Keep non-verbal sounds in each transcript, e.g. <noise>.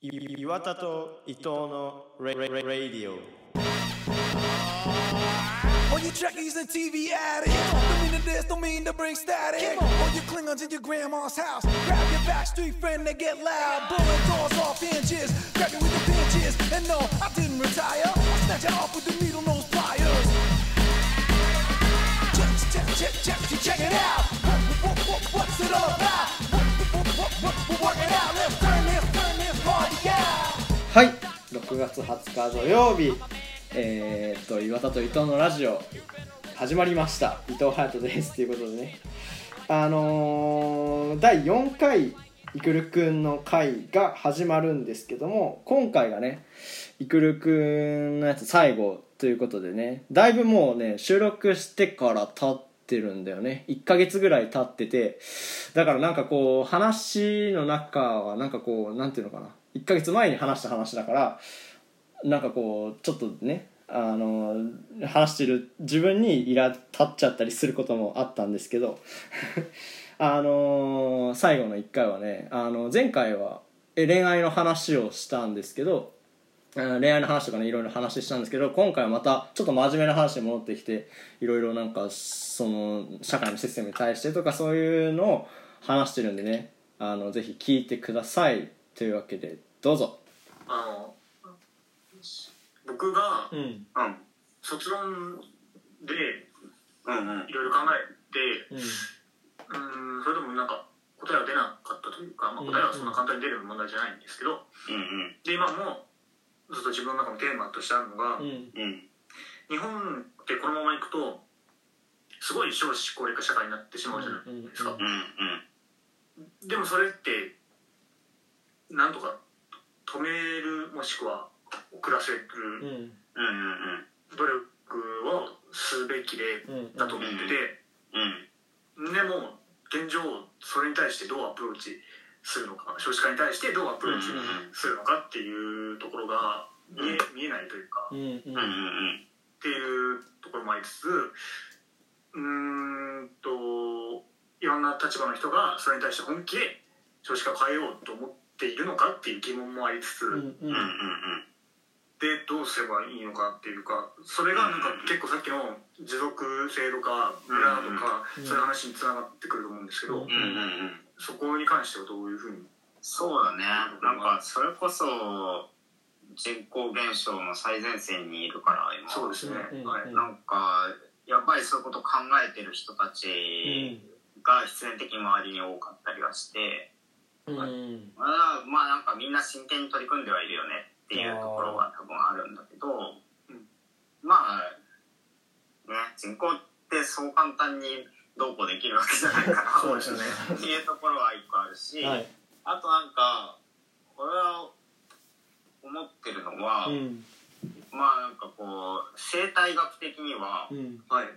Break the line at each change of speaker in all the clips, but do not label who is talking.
い岩田と伊藤のレレレレディオ
All you trekkies and TV addicts Don't mean to this, don't mean to bring static All you Klingons in your grandma's house Grab your backstreet friend, they get loud Blowing doors off hinges Grab you with the pinches And no, I didn't retire I snatch it off with the needle nose pliers Check, check, check, check, check, check it out what, what, what, What's it all about? What, what, what, what, we're working out Let's turn this, turn this party out
はい6月20日土曜日えー、っと岩田と伊藤のラジオ始まりました伊藤隼人ですということでねあのー第4回いくるくんの回が始まるんですけども今回がねいくるくんのやつ最後ということでねだいぶもうね収録してから経ってるんだよね1ヶ月ぐらい経っててだからなんかこう話の中はなんかこうなんていうのかな1ヶ月前に話した話だからなんかこうちょっとねあの話してる自分にイラ立っちゃったりすることもあったんですけど <laughs> あの最後の1回はねあの前回はえ恋愛の話をしたんですけどあの恋愛の話とかねいろいろ話したんですけど今回はまたちょっと真面目な話に戻ってきていろいろなんかその社会のシステムに対してとかそういうのを話してるんでねあのぜひ聞いてくださいというわけでどうぞ
あの僕が、
うん
うん、卒論で
うんうん
いろいろ考えてうんそれでもなんか答えは出なかったというか、まあ、答えはそんな簡単に出る問題じゃないんですけど
うん
で今もずっと自分の中のテーマとしてあるのが、
ん
うんうん
日本ってこのままいくとすごい少子高齢化社会になってしまうじゃないですか、
うん
うん
でもそれってなんとか止めるもしくは遅らせる
うん
うんうんうん
努力をすべきで、
うん
だと思ってて、
うん
でも現状それに対してどうアプローチするのか少子化に対してどうアプローチするのかっていうところが見え見えないというか
うんうん
うんうん
っていうところもありつつうーんといろんな立場の人がそれに対して本気で少子化を変えようと思っているのかっていう疑問もありつつ、
うんうん
うんうんうん
でどうすればいいのかっていうかそれがなんか結構さっきの持続性とか村とか、
うん
そういう話につながってくると思うんですけ
うん
ど、
うんうんうんうん
そこに関してはどういうふうに
そうだねなんかそれこそ人口減少の最前線にいるから今
そうですね、
うんうん
はい、
なんかやっぱりそういうこと考えてる人たちが必然的に周りに多かったりはして
うんうん
まあまあなんかみんな真剣に取り組んではいるよねっていうところは多分あるんだけど
うん
まあね人口ってそう簡単にどうこうできるわけじゃないから
そうですね
っていうところは一個あるし、
はい
あとなんか俺は思ってるのは、
うん
まあなんかこう生態学的には、
うん
はい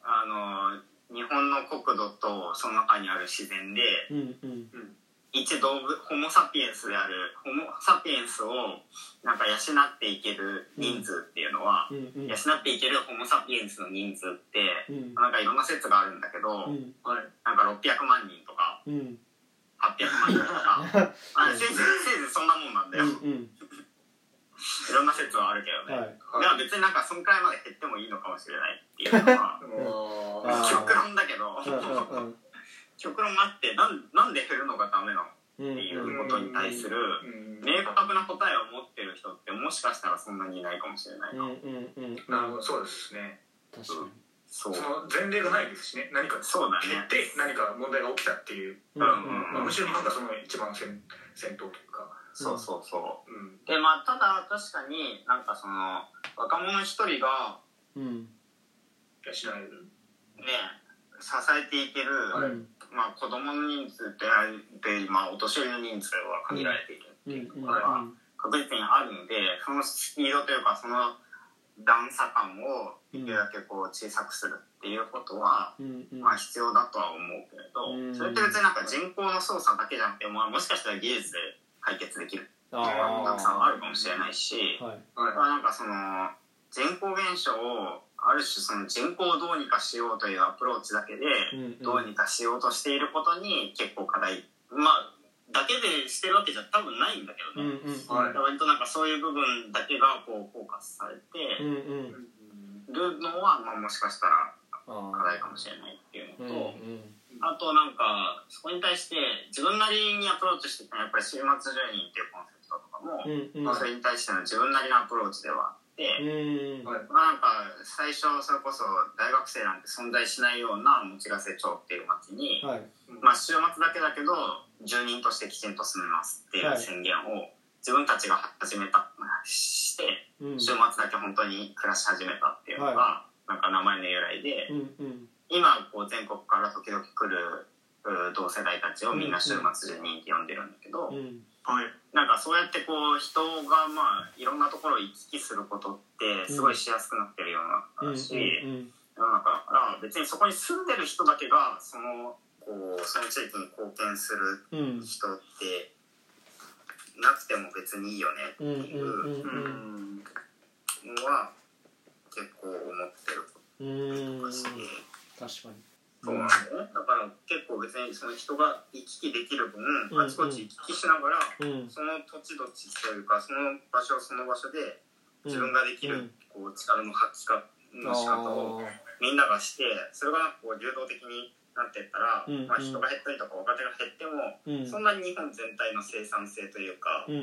あの日本の国土とその中にある自然で
うんうん
一動物ホモ・サピエンスであるホモ・サピエンスをなんか養っていける人数っていうのは、
うんうん
養っていけるホモ・サピエンスの人数って、
うん
なんかいろんな説があるんだけど、
うん
はい
なんか600万人とか
うん
800万人と
<laughs>
かあせいぜいせいぜいそんなもんなんだ
う
よ、
ん
いろんな説はあるけどね、
はい
でも別になんかそんくらいまで減ってもいいのかもしれないっていうの
<laughs>
は
あー
極論だけど
うん
極論があってなんなんで減るのがダメなの
うん
っていうことに対する
うん
明確な答えを持ってる人ってもしかしたらそんなにいないかもしれない
うんう
な、
んうん
なるほどそうですね
確か
そ
そうの前例がないですしね何か
そうだ
減
ね
って何か問題が起きたっていう、
に
うん
まあ、むしろなんかその一番の先先頭というか、
そうそうそう
うん、
でまあただ確かになんかその若者一人が
うん
養える
ね支えていける、
うん
まあ子供の人数であって、まあ、お年寄りの人数は限られている
うんうんうん
確実にあるのでそのスピードというかその段差感をできるだけこう小さくするっていうことは、
うんうん
まあ、必要だとは思うけれど、
うん
それって別になんか人口の操作だけじゃなくて、まあ、もしかしたら技術で解決できる
あ
っていうのもたくさんあ
あ
るかもしれないし、
はい
まあ、なんかその人口減少をある種その人口をどうにかしようというアプローチだけで
うんうん
どうにかしようとしていることに結構課題まあだけでしてるわけじゃ多分ないんだけど
うんう
ね、
ん
はい
割となんかそういう部分だけがこうフォーカスされ
うんう
て
んうん
るのは、まあ、もしかしたら
あ
課題
ー
かもしれないっていう
う
の
ん
と、
うん
あとなんかそこに対して自分なりにアプローチしてたのはやっぱり週末住人っていうコンセプトとかも、
うんうん
まあ、それに対しての自分なりのアプローチではあって。
うん
はい
まあ、なんか最初それこそ大学生なんて存在しないような持ちがせ町っていう町に、
はい
まあ、週末だけだけど住人としてきちんと住めますっていう宣言を自分たちが始めたして
うん
週末だけ本当に暮らし始めたっていうのが、なんか名前の由来で
うんうん
今こう全国から時々来るう同世代たちをみんな週末住人って呼んでるんだけど、
うん
はい
なんかそうやってこう人がまあいろんなところを行き来することってすごいしやすくなってるよう
うんうん
な話、世の中だから別にそこに住んでる人だけがそのこうその地域に貢献する
うんうん
人ってなくても別にいいよねって
うん
いううん
うん
のは結構思ってるこ
うんう
と
ん
だし、
確かに
そうなんだよねだから結構別にその人が行き来できる分、
うん
あちこち行き来しながら、
うん
その土地土地というかその場所その場所で自分
が
ができる、こう力の発揮かの仕方をみんながしてそれがこう流動的になっていったら、
うん
まあ、人が減ったりとか若手が減っても、
うん
そんなに日本全体の生産性というか、
うんう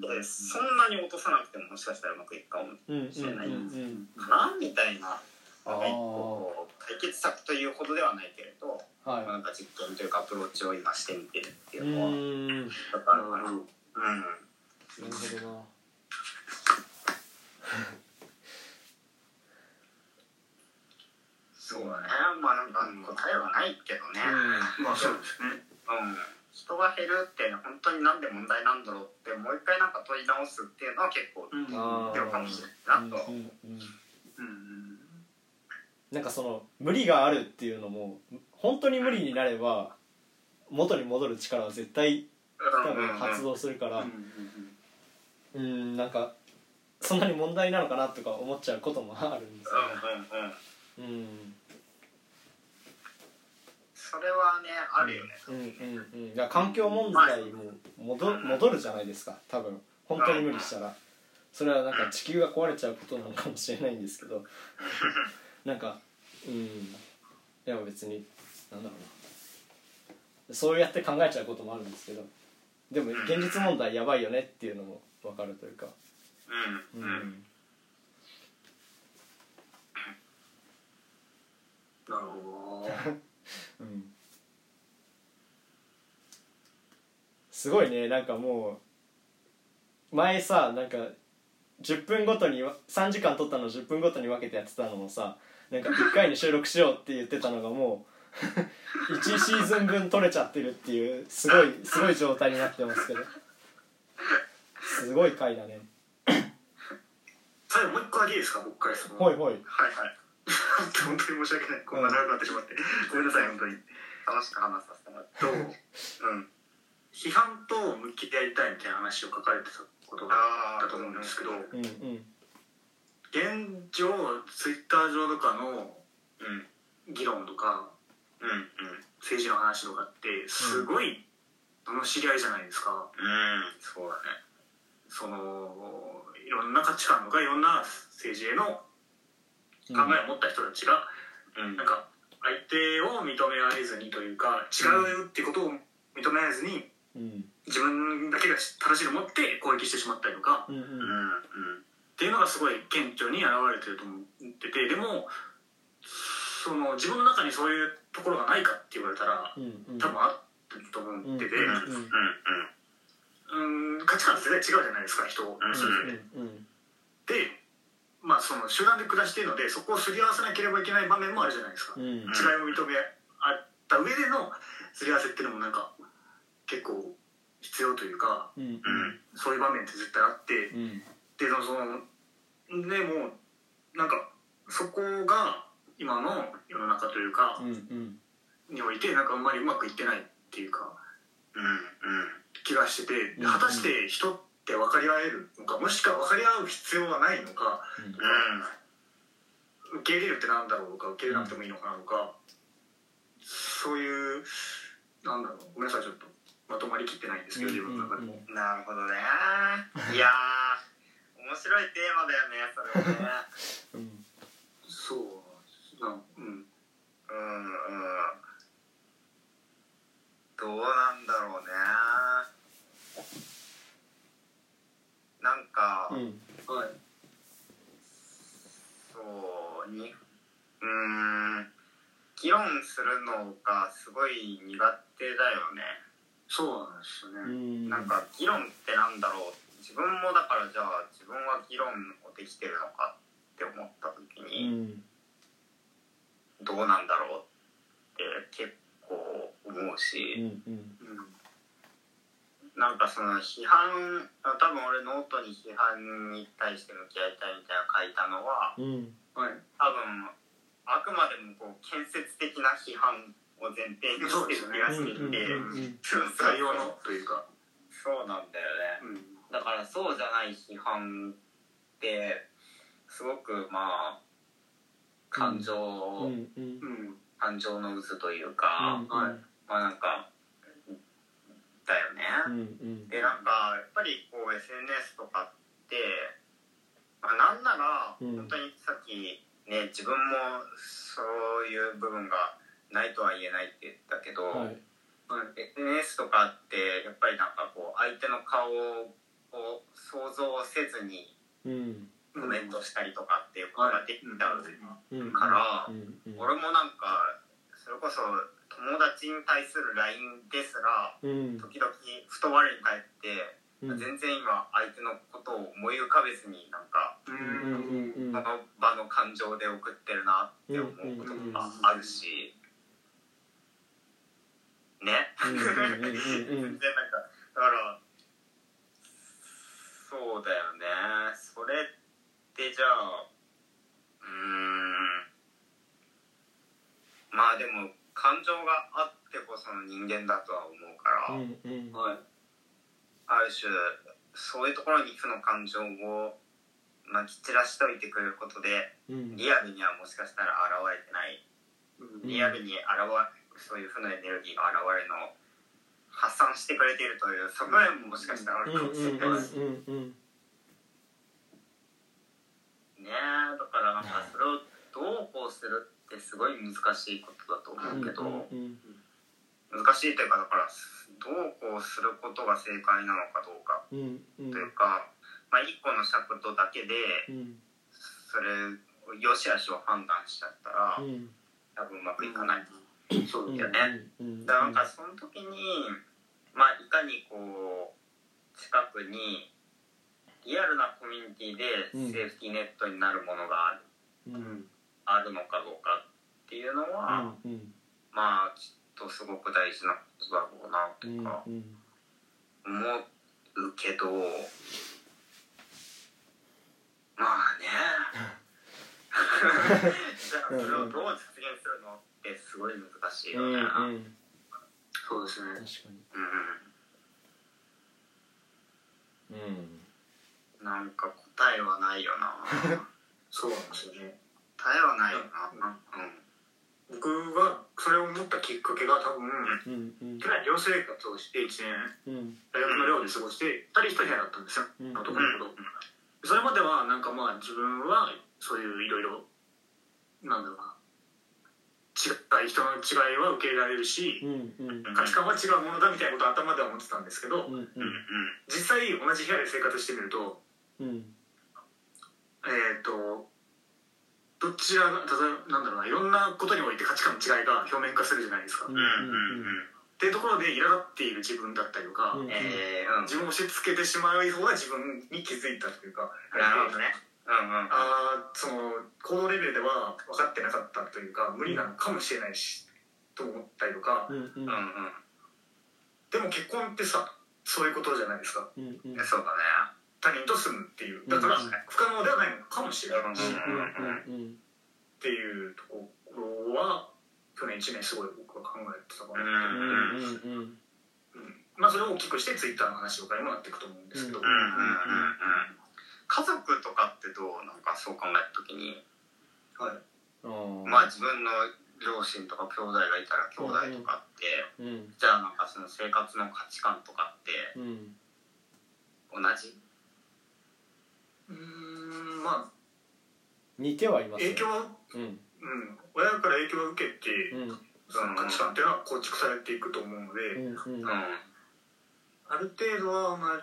ん
でそんなに落とさなくてももしかしたらうまくいくかも
うんうん
しれない
うん
かなみたいな
あ
なんか一
ー
個こう解決策というほどではないけれど、まあ
は
なんか実験というかアプローチを今してみてるって
い
いううのは、
んな
だからうん
るほどな
そうだねまあなんか答えはないけどね。
まあそうですね
うん、人が減るって本当になんで問題なんだろうってもう一回なんか問い直すっていうのは結構
うん
あー
重要かもしれないなと、
うんうんうん
うん
なんかその無理があるっていうのも本当に無理になれば元に戻る力は絶対多分発動するからうんなんかそんなに問題なのかなとか思っちゃうこともあるんです
うんうん
けどう
うん
ん
それはねあるよね、
うんうんうんだから環境問題も戻戻るじゃないですか多分本当に無理したらそれはなんか地球が壊れちゃうことなのかもしれないんですけどなんかうんいや別になんだろうなそうやって考えちゃうこともあるんですけどでも現実問題やばいよねっていうのも分かるというかう
うん
ん、
なるほ
うん、すごいねなんかもう前さなんか10分ごとにわ3時間撮ったのを10分ごとに分けてやってたのをさなんか1回に収録しようって言ってたのがもう1シーズン分撮れちゃってるっていうすごいすごい状態になってますけどすごい回だね
最後もう一個だけいいですか僕から質問
ほいほい
はいはい
<laughs> 本当に申し訳ないこんな長くなってしまってごめんなさい本当に
楽しく話させてもらって
と
うん
批判と向き合いたいみたいな話を書かれてたことがあったと思うんですけど
うんうん
現状ツイッター上とかの
うん
議論とか
うんうん
政治の話とかってすごい罵り合いじゃないですか、
うんそうだね
そのいろんな価値観とかいろんな政治への
うん
考えを持った人たちが、
うん
なんか相手を認められずにというか違うってことを認められずに
うん
自分だけが正しいと思って攻撃してしまったりとか
うんうん
うんうん
っていうのがすごい顕著に現れてると思っててでもその自分の中にそういうところがないかって言われたら
うんうん
多分あると思ってて、
うん
うんうん
うん、価値観って絶対違うじゃないですか人それぞれ。
うんうん
で、まあ、その集団で暮らしているのでそこをすり合わせなければいけない場面もあるじゃないですか、
うんうん
違いを認め合った上でのすり合わせっていうのもなんか結構必要というか
うん
うん
そういう場面って絶対あって
うん
でそのそのでもなんかそこが今の世の中というか
う、んうん
においてなんかあんまりうまくいってないっていうか気がしてて
うん
で果たして人って分かり合えるのかもしくは分かり合う必要はないのか。受け入れるってなんだろうとか受け入れなくてもいいのかなとか、そういうなんだろうごめんなさいちょっとまとまりきってないんですけど自分の中でも、
なるほどねいやー面白いテーマだよねそ
う
れはね
ん
そうなんうん
うんうんどうなんだろうねなんか、
うん
はい
そうにうーん議論するのがすごい苦手だよね
そうなんですよね、
うん
なんか議論ってなんだろう自分もだからじゃあ自分は議論をできてるのかって思った時
う
に
ん
どうなんだろうって結構思う
う
し
んうん
うん
なんかその批判多分俺ノートに批判に対して向き合いたいみたいなの書いたのは
うん
はい
多分あくまでもこう建設的な批判を前提にしてる気がしてい
うんうんうん
てそう
採用のというか、
そうなんだよね
うん、
だからそうじゃない批判ってすごくまあ感情、
うんうん
うん、
感情の渦というか、
はい
まあなんかだよ
う
ね。
んうん
でなんかやっぱりこう SNS とかって、まあ、なんなら
うん
本当にさっきね自分もそういう部分がないとは言えないって言ったけど、
はい
SNS とかってやっぱりなんかこう相手の顔を想像せずに
うん
コメントしたりとかっていうことができ
う
た
ん
から、
うんうん
俺もなんかそれこそ友達に対する LINE ですら
うん
時々ふと我に返って、
うん
全然今相手のことを思い浮かべずになんか、
う
うんうんうん
ん
その場の感情で送ってるなって思うことがあるし、ね
うんうんうんうんうん
<laughs> 全然なんかだからそうだよねそれってじゃあうーんまあでも感情があってこその人間だとは思うから、
うんうん
はい
ある種そういうところに負の感情をまき散らしておいてくれることで
うん
リアルにはもしかしたら現れてない
うん
リアルに現そういう負のエネルギーが現れるのを発散してくれているという側面ももしかしたらあるかもしれないですね。
うん
だからなんかそれをどうこうするってすごい難しいことだと思うけど、
うん
難しいというかだからどうこうすることが正解なのかどうか
うんうん
というか、まあ、一個の尺度だけで
うん
それを良し悪しを判断しちゃったら
うん
多分うまくいかない。
そう
う
だ
ん
ね
うん
だからなんかその時に、まあ、いかにこう近くにリアルなコミュニティで
うん
セーフティーネットになるものがある,、
うん
あるのかどうかっていうのは、
うん
まあきっとすごく大事なことだろうなと
うん
か
うん
思うけど、まあねじゃあそれを <laughs> どう実現するのってすごい難しいよね。
うん
そうです
確
ね
か
うん
にうん
なんか答えはないよな
そうなんですよね
答えはないよな
僕がそれを思ったきっかけが多分
うんうん
去年寮生活をして1年
うん
大学の寮で過ごして2人1部屋だったんですよ
うん
男
うん
の子とそれまではなんかまあ自分はそういういろいろなんだろうな違い人の違いは受け入れられるし
うんうん
うん
価値観は違うものだみたいなことを頭では思ってたんですけど、
うん
うんうん
実際同じ部屋で生活してみると
うん
えっ、とどちらが例えばなんだろうないろんなことにおいて価値観の違いが表面化するじゃないですか、
う
っ
ん
うんうん
ていうところで苛立っている自分だったりとか、
うん
うんえーうん
自分を押し付けてしまう方が自分に気づいたというか
なるほどねうんうん
あーその行動レベルでは分かってなかったというか無理なのかもしれないしと思ったりとか
うんうん
うん
でも結婚ってさそういうことじゃないですか
うんうん
うんそうだね
他人と住むっていうだから
うん
不可能ではないのかもしれないし、
うん
っていうところは去年1年すごい僕は考えてたか
う
ら、
う
んうんう
んうん
う
んうんうん
んまあそれを大きくしてツイッターの話とかにもなっていくと思うんですけど、
う
うん家族とかってどうなんかそう考えた時に
はい
うん
まあ自分の両親とか兄弟がいたら兄弟とかって
うん
じゃあなんかその生活の価値観とかって
うん
同じ
うーんまあ
似てはいます
影
ね
響は
うん
うん親から影響を受けて、
うん
その価値観っていうのは構築されていくと思うので、
うん
うん
うん
ある程度は同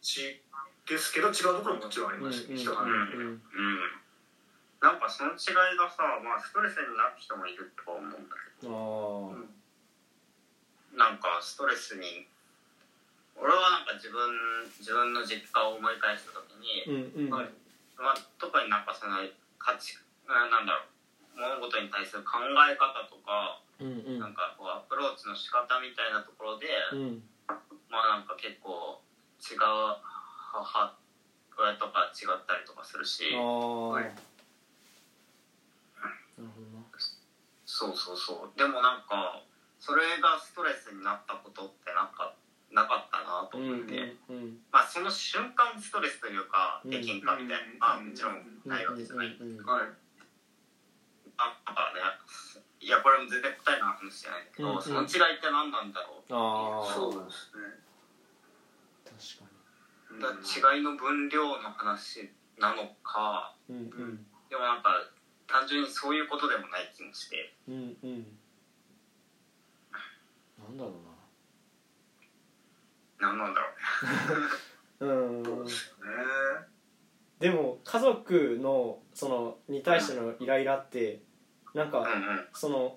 じですけど違うところももちろんありますし、
うん
人がね、
う
うん
んうんなんかその違いがさまあストレスになる人もいるとは思うんだ
あー
けどなんかストレスに俺はなんか自分自分の実家を思い返した時
うん
に、
うん
まあ、特になんかその価値あなんだろう物事に対する考え方とか
うんうん
なんかこうアプローチの仕方みたいなところで、
うん
まあなんか結構違う母親とか違ったりとかするし
ああ
は
ないるほどな
そうそうそうでもなんかそれがストレスになったことってなんかなかったなと
うん
思って。
うん
まあ、その瞬間ストレスというか
うん
できんかみたい
うん
な、まあ、もちろんないわけじゃない、
うんうんうん
はい
あだからねいやこれも全然答えの話じゃないんだけど、
うんうん
その違いって何なんだろう
ああ
そうです
確か
ね
だから違いの分量の話なのか
にうん
でもなんか単純にそういうことでもない気もして
うんうんうんなんだろ
何なんだろうね
うなうん
ね
でも家族のそのに対してのイライラってなん
う
か
んうん
その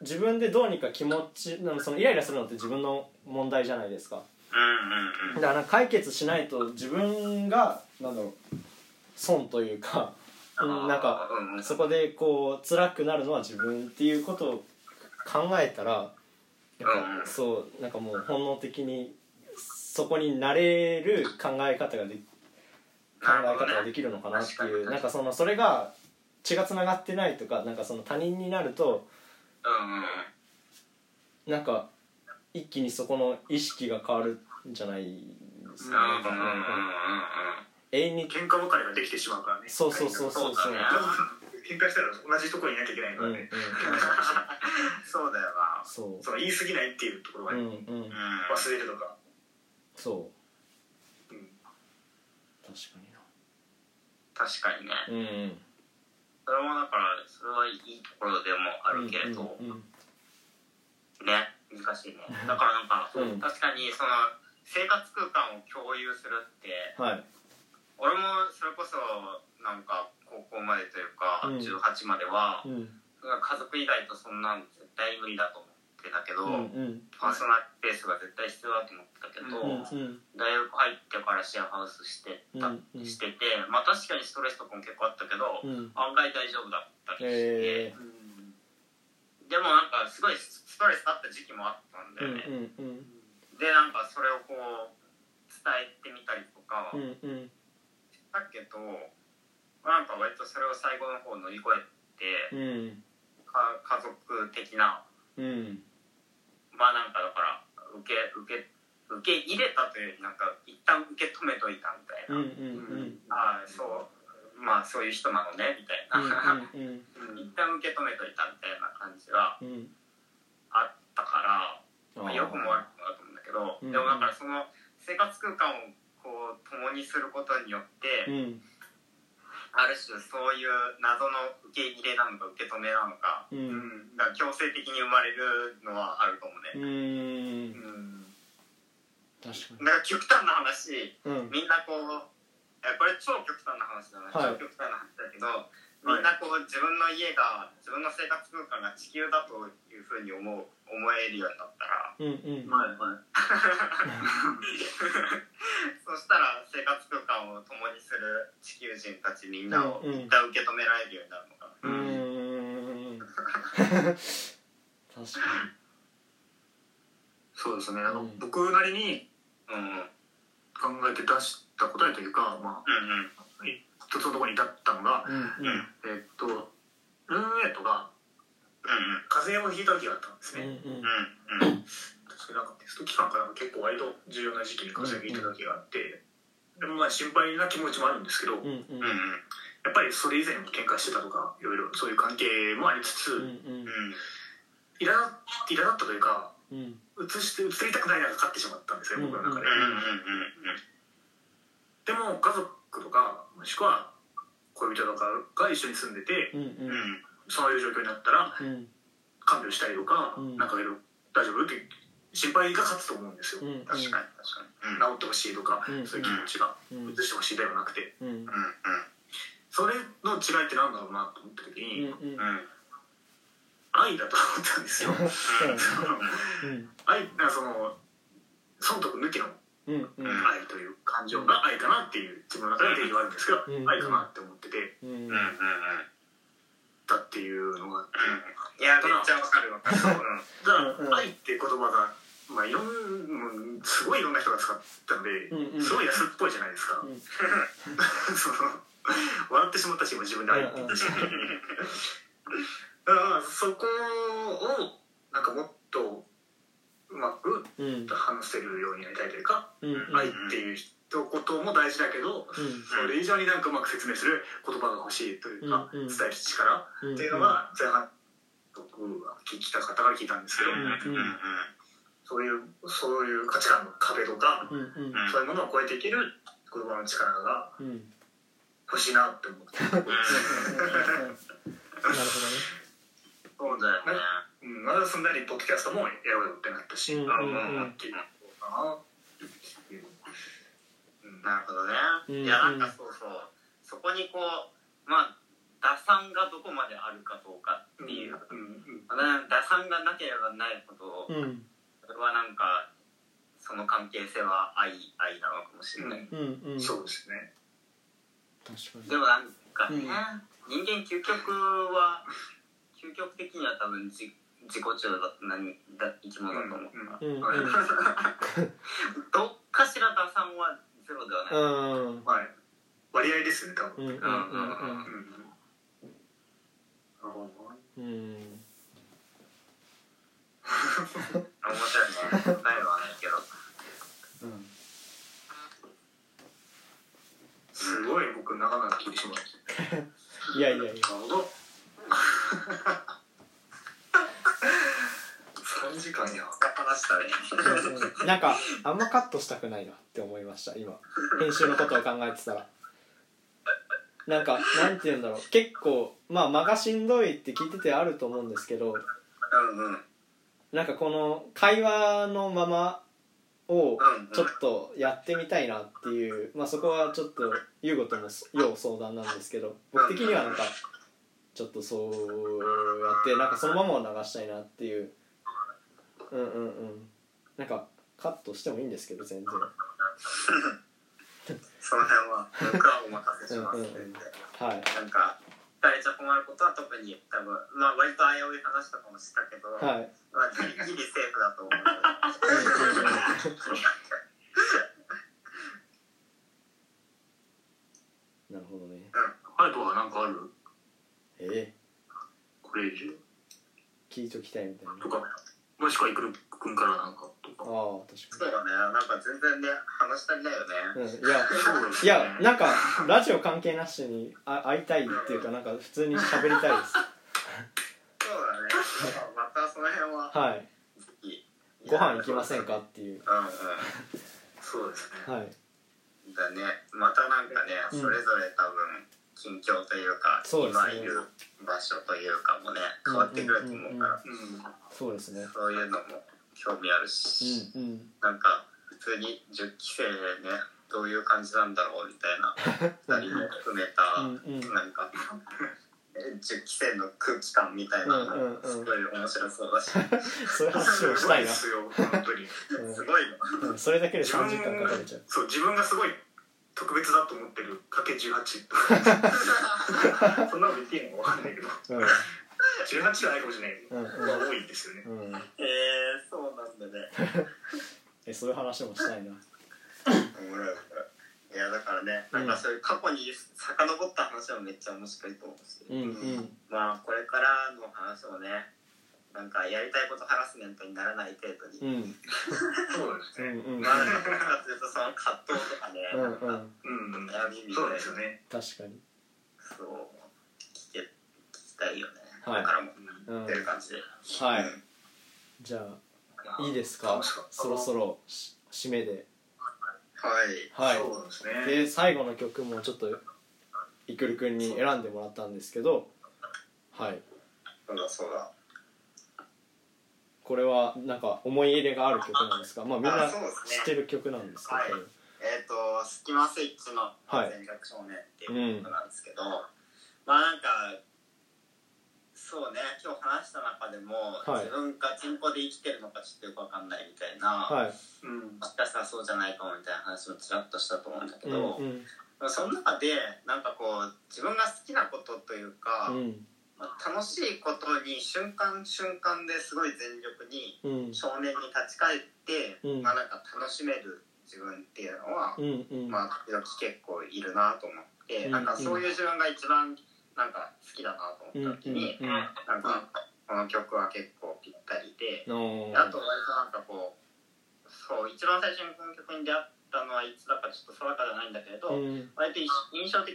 自分でどうにか気持ちなんかそのイライラするのって自分の問題じゃないですか
うんうんう
だ
ん
からなんか解決しないと自分がなんだろう損というかうんなんか
うんうん
そこでこう辛くなるのは自分っていうことを考えたらやっぱそうなんかもう本能的にそこになれる考え方がで考
なる
え
ほど
方
ね
ができるのかなって
なるほ
い
ど
う
ね
なんかそのそれが血がつながってないとかなんかその他人になると
うんうん
なんか一気にそこの意識が変わるんじゃないです
うんうんうん
かね。
うん
永遠に
喧嘩別れができてしまうからね
そうそうそううん
そ
そうう
だ
そう
ね。
喧嘩したら同じところにいなきゃいけないか
うん
ら
うん
ね、
そうだよな
そ
その言い過ぎないっていうところが
う。う
ね、
んうん
うん
忘れるとか、
そう
うん
確かにな。
確かにね
うんうん。
それもだからそれはいいところでもあるけれど、
うんうん
ね難しいねだからなんか、
うん
確かにその生活空間を共有するって
うんはい。
俺もそれこそなんか高校までというか、
うん
18までは、
うん
家族以外とそんなん絶対無理だと思ってたけど、
うん
パーソナルスペースが絶対必要だと思ってたけど、
うんん
大学入ってからシェアハウスしてた、
うんうん
しててまあ確かにストレスとかも結構あったけど、
うん。
案外大丈夫だったりし
え
て。でもなんかすごいストレスあった時期もあったんだ
ー。うん
よね、
うんうん
でなんかそれをこう伝えてみたりとか
う
し
んうん
たけど、まあなんか割とそれを最後の方乗り越えて、
うん
か家族的な
うん
まあなんかだから受け受け受け入れたというよりなんか一旦受け止めといたみたい
うんうんうん
な、ああそうまあそういう人なのねみたいな、
うんうん
<laughs> 一旦受け止めといたみたいな感じは
うん
あったから。
あ
まあ、
ー
よくも悪くもだと思うんだけど、
うん
でもだからその生活空間をこう共にすることによって、
うん
ある種そういう謎の受け入れなのか受け止めなのか
う
うんん
が強制的に生まれるのはあると思う
う
ね、
ー
うんん
確か
だから極端な話
にうん
みんなこうえこれ超極端な話じゃない、
はい
超極端な話だけどみんなこう自分の家が自分の生活空間が地球だというふうに思う思えるようになったら
うんうん
はいはい
<laughs> そしたら生活空間を共にする地球人たちみんなを
うんうん
一旦受け止められるようになるのかな、
うーん確か
そうですねあの、
うん
僕なりに
うん、うんうん
考えて出した答えというか、まあ、一つのところに至ったのが、
にうんうん
えっとルームメイトが風邪をひいた時があったんですね、
うんうん
うんうんうん
それなんかテスト期間から結構割と重要な時期に風邪をひいた時があって、でもまあ心配な気持ちもあるんですけ
う
ど、や
んうん
うん
っぱりそれ以前も喧嘩してたとかいろいろそういう関係もありつ
う
つ、
んうん
うん
いらだ苛立ったというか
うんうん
映して映りたくないなが勝ってしまったんですよ僕の中で、
うんうん
でも家族とかもしくは恋人とかが一緒に住んでて
うん
うんうんうん
そういう状況になったら
うんうん
看病したりとか、
うん
なんかいろいろ大丈夫って心配が勝つと思うんですよ、
うんうん
確かに
確かに
治
うん
ってほしいとか、
うん
そういう気持ちが
うん
移してほしいではなくて、
うん
うん
それの違いってなんだろうなと思った時に、
うん
うんうん
愛だと思ったんですよ
うん
<laughs> 愛なんかその損得抜きの
うんうんうん
愛という感情が愛かなっていう自分の中で定義はあるんですけど、
うん
愛かなって思ってて
うん
うんうんうん
たっていうのが
いやめっちゃわかるわかるう
だから、
うんうん
愛って言葉が、まあ、いろんもうすごいいろんな人が使ったので、
うんうん
すごい安っぽいじゃないですか、
うん
<laughs> その笑ってしまったし今自分で愛って言ったし、 <laughs> だからそこをなんかもっとうまく
うん
話せるようになりたいというか、
うんうん
愛っていう一言も大事だけ
うん
ど、それ以上になんかうまく説明する言葉が欲しいというか、
うんうん
伝える力
うん
っていうのが前半僕は聞いた方から聞いたんですけど、
うん
んうんうん
そういうそういう価値観の壁とか、
うんうん
うん
そういうものを超えていける言葉の力が
うんうん
欲しいなって思って
なる
そうだよね
うん、まだすんなりポッドキャストもやろうよってなったし、
うんうんうん
あっていうことかなっていううん
なるほどね、
うん
いやなんかそうそうそこにこうまあ打算がどこまであるかどうかっていう、
うんうん
まあ打算がなければないほ
ほ
ど、
どねうん
それはなんかその関係性は愛愛なのかもしれない、
うん
うんうん
そうですね
確かに
でもなんかね、
うん
人間究極は究極的には多分じ自己中だ何だ生き物だと思う、
うんうん
うんうん
どっかしら打算はゼロではない、
うん
はい割合ですね多
うん
分
うんうん
うんなるほどな
うんうん
面白いねないはないけ
う
ど
ん
すごい僕長々聞いてしまう
いやいやいや
なるほど3時間や
使っ放したね
うんなんかあんまカットしたくないなって思いました今編集のことを考えてたらなんかなんて言うんだろう結構まあ間がしんどいって聞いててあると思うんですけど
うんうんうん
なんかこの会話のままをちょっとやってみたいなっていう、まあ、そこはちょっと優吾とも要相談なんですけど僕的にはなんかちょっとそうやってなんかそのままを流したいなっていううんうんうんなんかカットしてもいいんですけど全然
その辺は僕はお任せします
うんうんはい
なんか誰ちゃ困ることは特に多分まあ割と危うい話とかもしたけど、
はい
まあ、ギリギリセーフだと思う
なるほどね
ハイポは何かある
え
これ以上
ー、聞いときたいみたいな
とかもしくはイクル君からなんかと
ああ
か
確か
そうだねなんか全然ね話足りないよね
に、うん、いや
そうで
い
<laughs>
やなんかラジオ関係なしにあ会いたいっていうかなんか普通に喋りたいです
そうだねまたその辺は
はいご飯行きませんかっていう
うん
そうですね
はい
うんだねまたなんかね、
うん
それぞれ多分近況というか
そうですね
今いる場所というかもね変わってくると思うから、
う
そうですね
そういうのも興味あるし、
うんうん
なんか普通に10期生でねどういう感じなんだろうみたいな2人も含めた、
うんうん
なんか <laughs> え10期生の空気感みたいな
うんうん
の
うん
すごい面白そうだし、
そういう話を
ん
し
すご
た
い
い
で
な、
すよ本当に
すごいの。
うんうん、それだけで
自
3
分
時間かかるじゃん
そう自分がすごい特別だと思ってるかけ18そんなの言っていいのか分かんないけ
<laughs>
ど
う
18じゃないかもしれないけど、
うんうん
まあ多いんですよね
んうん
えー、そうなんだね。
えそういう話もしたいな
面白いいやだからね、なんかそういう過去に遡った話もめっちゃ面白いと思うし、
うんうん
まあこれからの話もね、なんかやりたいことハラスメントにならない程度
う
に、
んうん
そうです
う
ね
ん
まあなんかどっちかというとその葛藤とかね、
うんうん
うん、うん、
悩みみたい
そう
な
ですよね、
確かに
そう聞け聞きたいよね。
はい
だからも
うん
うん
出る感じで。
はいじゃあ
かない
いですか
楽しかった
そろそろし締めで
はい
はい
そうですね
で最後の曲もちょっといくるくんに選んでもらったんですけどはい
そうだそうだ
これはなんか思い入れがある曲なんですかまあみんな
あそうですね
知ってる曲なんですけど、
はいえっ、と「スキマスイッチの
はい
全力少年」っていう曲なんですけど、まあなんかそうね今日話した中でも、
はい
自分が人口で生きてるのかちょっとよくわかんないみたいな、
はい
うん
もしかしたらそうじゃないかもみたいな話もちらっとしたと思うんだけ
うん
ど、
うん
その中でなんかこう自分が好きなことというか、
うん
まあ楽しいことに瞬間瞬間ですごい全力に
うん
少年に立ち返って、
うん
まあなんか楽しめる自分っていうのは、
うんうん
まあ時々結構いるなと思って、
うん
なんかそういう自分が一番なんか好きだなと思った時に、
うんうんうん
なんかこの曲は結構ぴったりで。
の
あと割となんかこうそう一番最初にこの曲に出会ったのはいつだかちょっと定かじゃないんだけれど、
うん
割と一印象的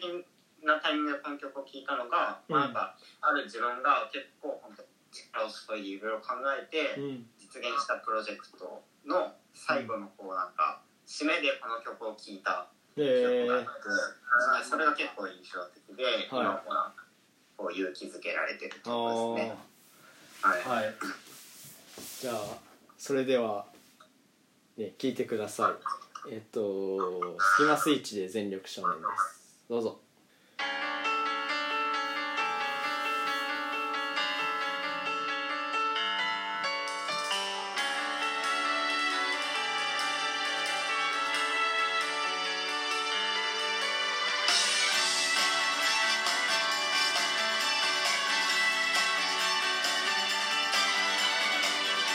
なタイミングでこの曲を聴いたのが、
うん
まあ、なんかある自分が結構本当に力を注いでいろいろ考え
う
て
ん
実現したプロジェクトの最後のこうなんか締めでこの曲を聴いた曲
で
があって、それが結構印象的で、今もなんかこう勇気づけられてると
あ
ころです
ー
ね。はい
はいじゃあそれではね聞いてくださいえっと「スキマスイッチ」で全力少年ですどうぞ
「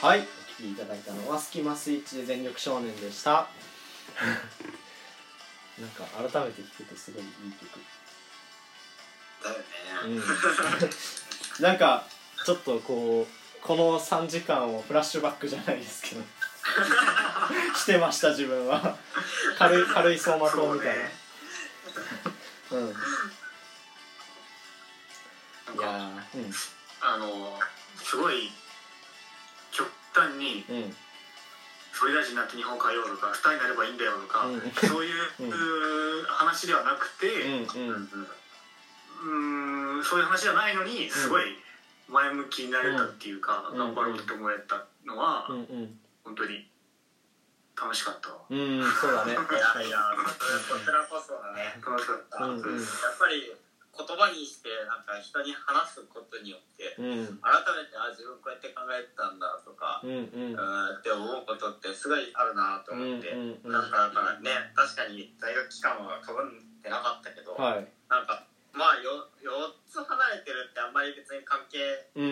はいお聞きいただいたのは「スキマスイッチで全力少年」でした <laughs> なんか改めて聴くとすごいいい曲
だよね、
うん <laughs> なんかちょっとこうこの3時間をフラッシュバックじゃないですけど <laughs> してました自分は軽い軽い走馬灯みたいなう,、
なん
んい
か
やー
あのすごい極端に
うんうん
総理大臣になって日本変えようとか二人になればいいんだよとか、
うん
そういう
うん
うー話ではなくて、
うんうん
うーんそういう話じゃないのにすごい前向きになれたっていうか、
うん
頑張ろうって思えたのは、
うんうん
本当に楽しかったわ
うんそうだね確
い
か
や
に
いやこちらこそだね
楽しかった
うんうん
やっぱり言葉にしてなんか人に話すことによって
うん
改めてあ自分こうやって考えてたんだとか、
うんうん
うんって思うことってすごいあるなと思って、
うんうんうん
なんかだからね確かに在学期間はかぶってなかったけど、
はい
なんかまあよ4つ離れてるってあんまり別に関係
うんう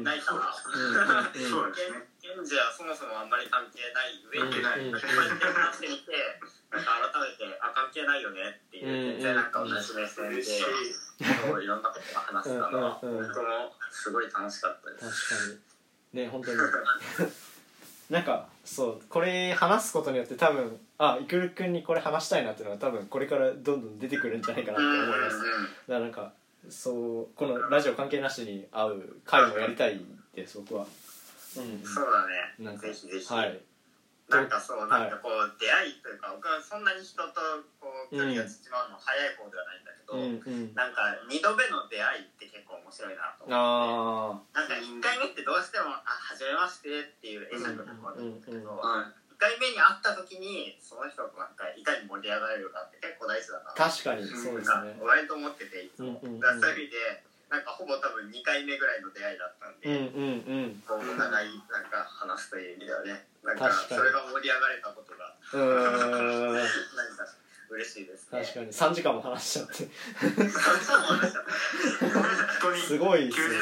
ん
ないかな、
うんうん
そうですね
現現時はそもそもあんまり関係ない上
う
に、
ん
こうやって話してみてなんか改めてあ関係ないよねっていう全然なんか同じ目線で
嬉しい
そういろんなことが話せたのは
うんうんうん
僕もすごい楽しかったです
確かにね本当に <laughs> なんかそうこれ話すことによって多分あいくるくんにこれ話したいなっていうのが多分これからどんどん出てくるんじゃないかなっ
う
て
ん
思
う
い
ん
ますだからなんかそうこのラジオ関係なしに会う回もやりたいです僕はうん
そううだ
んなん
ね
か
ぜひぜひ、
はい
なんかそう
はい
なんかこう出会いというか僕はそんなに人とこう距離が縮まるの早い方ではないん
う
だけど、
んうん
なんか2度目の出会いって結構面白いなと思って
あ
なんか1回目ってどうしても「あ初めまして」っていう会釈の方だったけ
うんうんうん
ど1回目に会った時にその人となんかいかに盛り上がれるかって結構大事だ
あ
な
確かにそうですね
割と思ってていつも、
うんうんうん
だからそういう意味でなんかほぼ多分2回目ぐらいの出会いだったん
うん
で、
うんうん
こうお互いなんか話すという意味ではねなんか
確かに
それが盛り上がれたことが
うーん
なんか嬉しいですね
確かに3時間も話しちゃって
本当に
すごいです
休
ね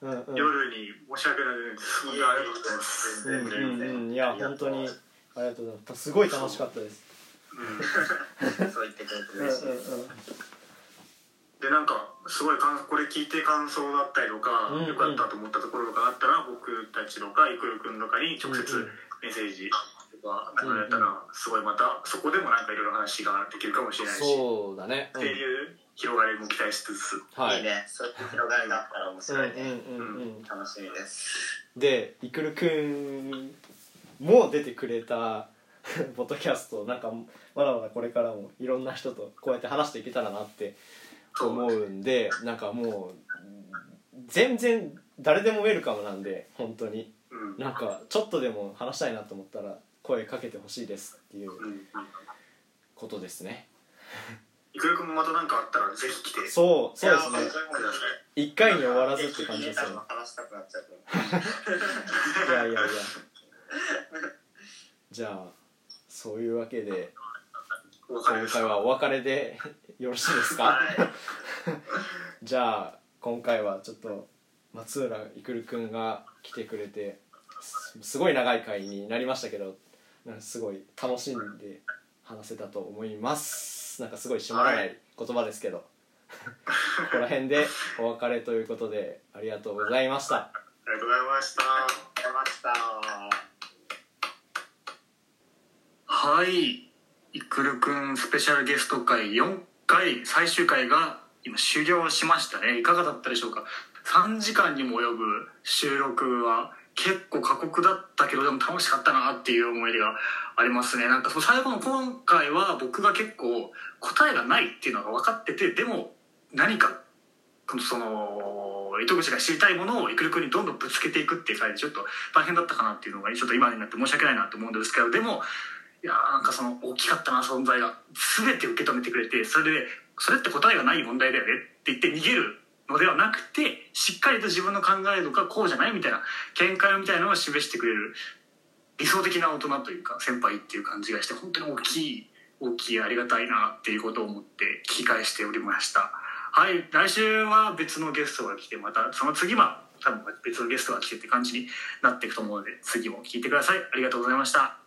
日の
うんうん
夜に申し訳ないです本当にありがとうございます
うんうんうんいや本当にありがとうございますすごい楽しかったです
うん
そう言ってくれて
うんうん
嬉しいです、
でなんかすごい感これ聞いて感想だったりとか、
うんうん
よかったと思ったところとかあったら僕たちとかいくるくんとかに直接
うんうん
メッセージとかもらえたら、すごいまたそこでもなんかいろいろ話ができるかもしれないし、っ
そうだねう
て
ん
いう広がりも期待しつつ
はい
い、いねそういう広がりがあったら面
うんう
白いね、
んうんうん
楽しみです
でいくるくんも出てくれた <laughs> ポッドキャストなんかまだまだこれからもいろんな人とこうやって話していけたらなって思うんでなんかもう全然誰でもウェルカムなんで本当に
うん
なんかちょっとでも話したいなと思ったら声かけてほしいですっていう
うん
ことですね
いくるくんもまた何かあったらぜひ来て
そうそうですね
いや本当にもう
一回に終わらずって感じですよね
話したくなっちゃうと思う
いやいやいやじゃあそういうわけで
お別れ
今
です
回はお別れで <laughs> よろしいですか
はい
じゃあ今回はちょっと松浦育くんが来てくれてすすごい長い回になりましたけどなんかすごい楽しんで話せたと思いますなんかすごい締まらない言葉ですけどここら辺でお別れということでありがとうございました
ありがとうございました
出ました
はいいくるくんスペシャルゲスト会4回最終回が今終了しましたねいかがだったでしょうか3時間にも及ぶ収録は結構過酷だったけどでも楽しかったなっていう思い出がありますねなんかその最後の今回は僕が結構答えがないっていうのが分かっててでも何かこのその糸口が知りたいものをいくるくんにどんどんぶつけていくっていう回でちょっと大変だったかなっていうのがちょっと今になって申し訳ないなと思うんですけどでもいやーなんかその大きかったな存在が全て受け止めてくれてそれでそれって答えがない問題だよねって言って逃げるのではなくてしっかりと自分の考えとかこうじゃないみたいな見解みたいなのを示してくれる理想的な大人というか先輩っていう感じがして本当に大きい大きいありがたいなっていうことを思って聞き返しておりましたはい来週は別のゲストが来てまたその次は多分別のゲストが来てって感じになっていくと思うので次も聞いてくださいありがとうございました